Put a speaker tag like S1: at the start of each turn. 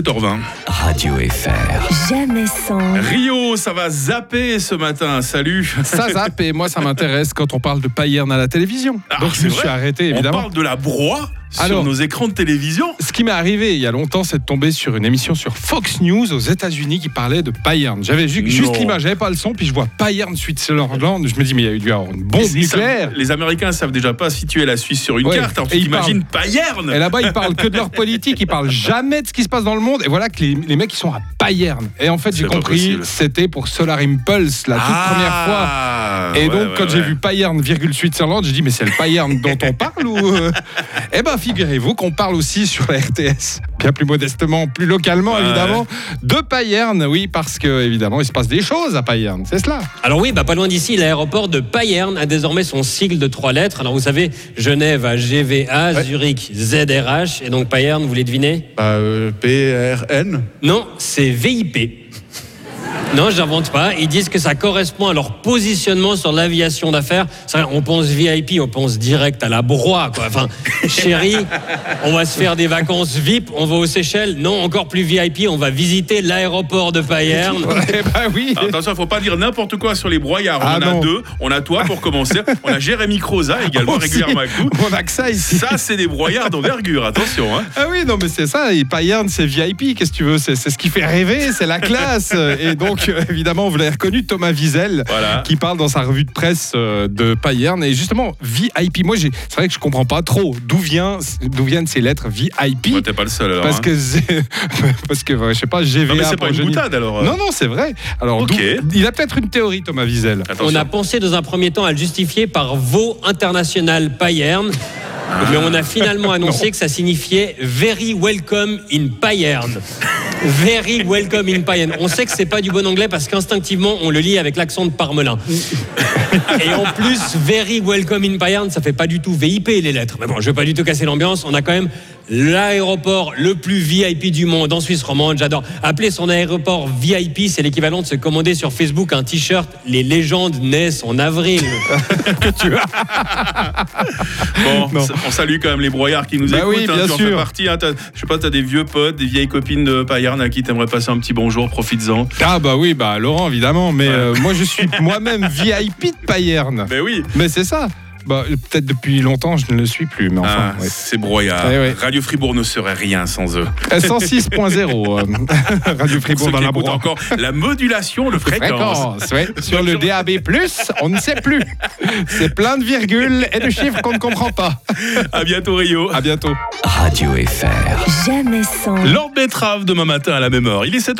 S1: 7h20.
S2: Radio FR.
S3: Jamais sans.
S1: Rio, ça va zapper ce matin. Salut.
S4: Ça zappe et moi ça m'intéresse quand on parle de paillerne à la télévision.
S1: Ah,
S4: Donc
S1: c'est
S4: je me suis
S1: vrai
S4: arrêté
S1: On
S4: évidemment.
S1: parle de la broie sur
S4: Alors.
S1: nos écrans de télévision.
S4: Ce qui m'est arrivé il y a longtemps, c'est de tomber sur une émission sur Fox News aux États-Unis qui parlait de paillerne. J'avais ju- juste
S1: Non.
S4: l'image, j'avais pas le son, puis je vois paillerne suite Sutherland. Je me dis mais il y a eu dû y avoir une bombe
S1: Ils savent-
S4: nucléaire.
S1: les Américains savent déjà pas situer la Suisse sur une
S4: Ouais.
S1: carte. hein, Alors tu
S4: Et ils
S1: t'imagines Payerne
S4: Et là-bas, ils parlent que de leur politique, ils parlent jamais de ce qui se passe dans le monde. Et voilà que les, les mecs, ils sont à paillerne. Et en fait,
S1: C'est
S4: j'ai
S1: pas
S4: compris,
S1: possible.
S4: c'était pour Solar Impulse la toute première fois.
S1: Ah,
S4: Et
S1: ouais,
S4: donc,
S1: ouais,
S4: quand j'ai
S1: ouais.
S4: vu Payern, virgule Switzerland, j'ai dit, mais c'est le Payern dont on parle ou. euh Eh ben, figurez-vous qu'on parle aussi sur la RTS, bien plus modestement, plus localement,
S1: Ouais.
S4: évidemment, de Payern, oui, parce que, évidemment, il se passe des choses à Payern, c'est cela.
S5: Alors oui, bah pas loin d'ici, l'aéroport de Payerne a désormais son sigle de trois lettres. Alors vous savez, Genève a GVA, Zurich ZRH, et donc Payerne, vous les devinez
S6: PRN
S5: Non, c'est VIP. Non, j'invente pas. Ils disent que ça correspond à leur positionnement sur l'aviation d'affaires. Ça, On pense VIP, on pense direct à la broie, quoi. Enfin, chérie, on va se faire des vacances VIP, on va aux Seychelles. Non, encore plus VIP, on va visiter l'aéroport de Payerne.
S4: Eh ben oui.
S1: Alors, Attention, faut pas dire n'importe quoi sur les broyards.
S4: Ah,
S1: on en a
S4: non.
S1: deux. On a toi pour commencer. On a Jérémy Croza également
S4: Aussi,
S1: régulièrement avec nous.
S4: On a que ça ici.
S1: Ça, c'est des broyards d'envergure. Attention. Hein.
S4: Ah oui, non, mais c'est ça. Et Payern, c'est VIP. Qu'est-ce que tu veux C'est c'est ce qui fait rêver, c'est la classe. Et donc, euh, évidemment, vous l'avez reconnu, Thomas Wiesel,
S1: Voilà.
S4: qui parle dans sa revue de presse euh, de Payern. Et justement, VIP, moi, j'ai- c'est vrai que je comprends pas trop d'où vient, d'où viennent ces lettres VIP.
S1: Bah, T'es pas le seul. Alors,
S4: parce
S1: hein.
S4: que, c'est- parce que, ouais, je sais pas, GVA.
S1: non mais c'est pas
S4: pour
S1: une
S4: Johnny.
S1: boutade alors. euh.
S4: Non, non, c'est vrai. Alors,
S1: Ok.
S4: d'où- il a peut-être une théorie, Thomas Wiesel.
S1: Attention.
S5: On a pensé dans un premier temps à le justifier par Vaux International Payerne, mais on a finalement annoncé que ça signifiait Very Welcome in Payerne. Very welcome in Payerne. On sait que c'est pas du bon anglais parce qu'instinctivement on le lit avec l'accent de Parmelin. Et en plus, Very welcome in Payerne, ça fait pas du tout VIP les lettres. Mais bon, je vais pas du tout casser l'ambiance. On a quand même l'aéroport le plus VIP du monde en Suisse romande. J'adore. Appeler son aéroport VIP, c'est l'équivalent de se commander sur Facebook un t-shirt Les légendes naissent en avril.
S1: Bon,
S4: Non.
S1: ça- on salue quand même les broyards qui nous
S4: Bah
S1: écoutent.
S4: oui,
S1: hein,
S4: bien
S1: tu en
S4: sûr.
S1: fais partie. hein, t'as- je sais pas, t'as des vieux potes, des vieilles copines de Payarn à qui t'aimerais passer un petit bonjour, profites-en.
S4: Ah, bah oui, bah Laurent, évidemment. Mais euh, moi, je suis moi-même VIP de Payern.
S1: Ben oui,
S4: Mais c'est ça. Bah, peut-être depuis longtemps, je ne le suis plus, mais enfin.
S1: Ah,
S4: ouais.
S1: c'est broyard.
S4: Eh ouais.
S1: Radio Fribourg ne serait rien sans eux.
S4: Eh, 106.0, euh, Radio
S1: Pour
S4: Fribourg
S1: ceux
S4: dans
S1: qui
S4: la
S1: écoutent
S4: Broye.
S1: encore la modulation, le fréquence.
S4: Fréquence, ouais. Sur le DAB+, on ne sait plus. C'est plein de virgules et de chiffres qu'on ne comprend pas.
S1: À bientôt, Rio.
S4: À bientôt.
S2: Radio FR.
S3: Jamais sans.
S1: Lord Betrave demain matin à la même heure. Il est 7h.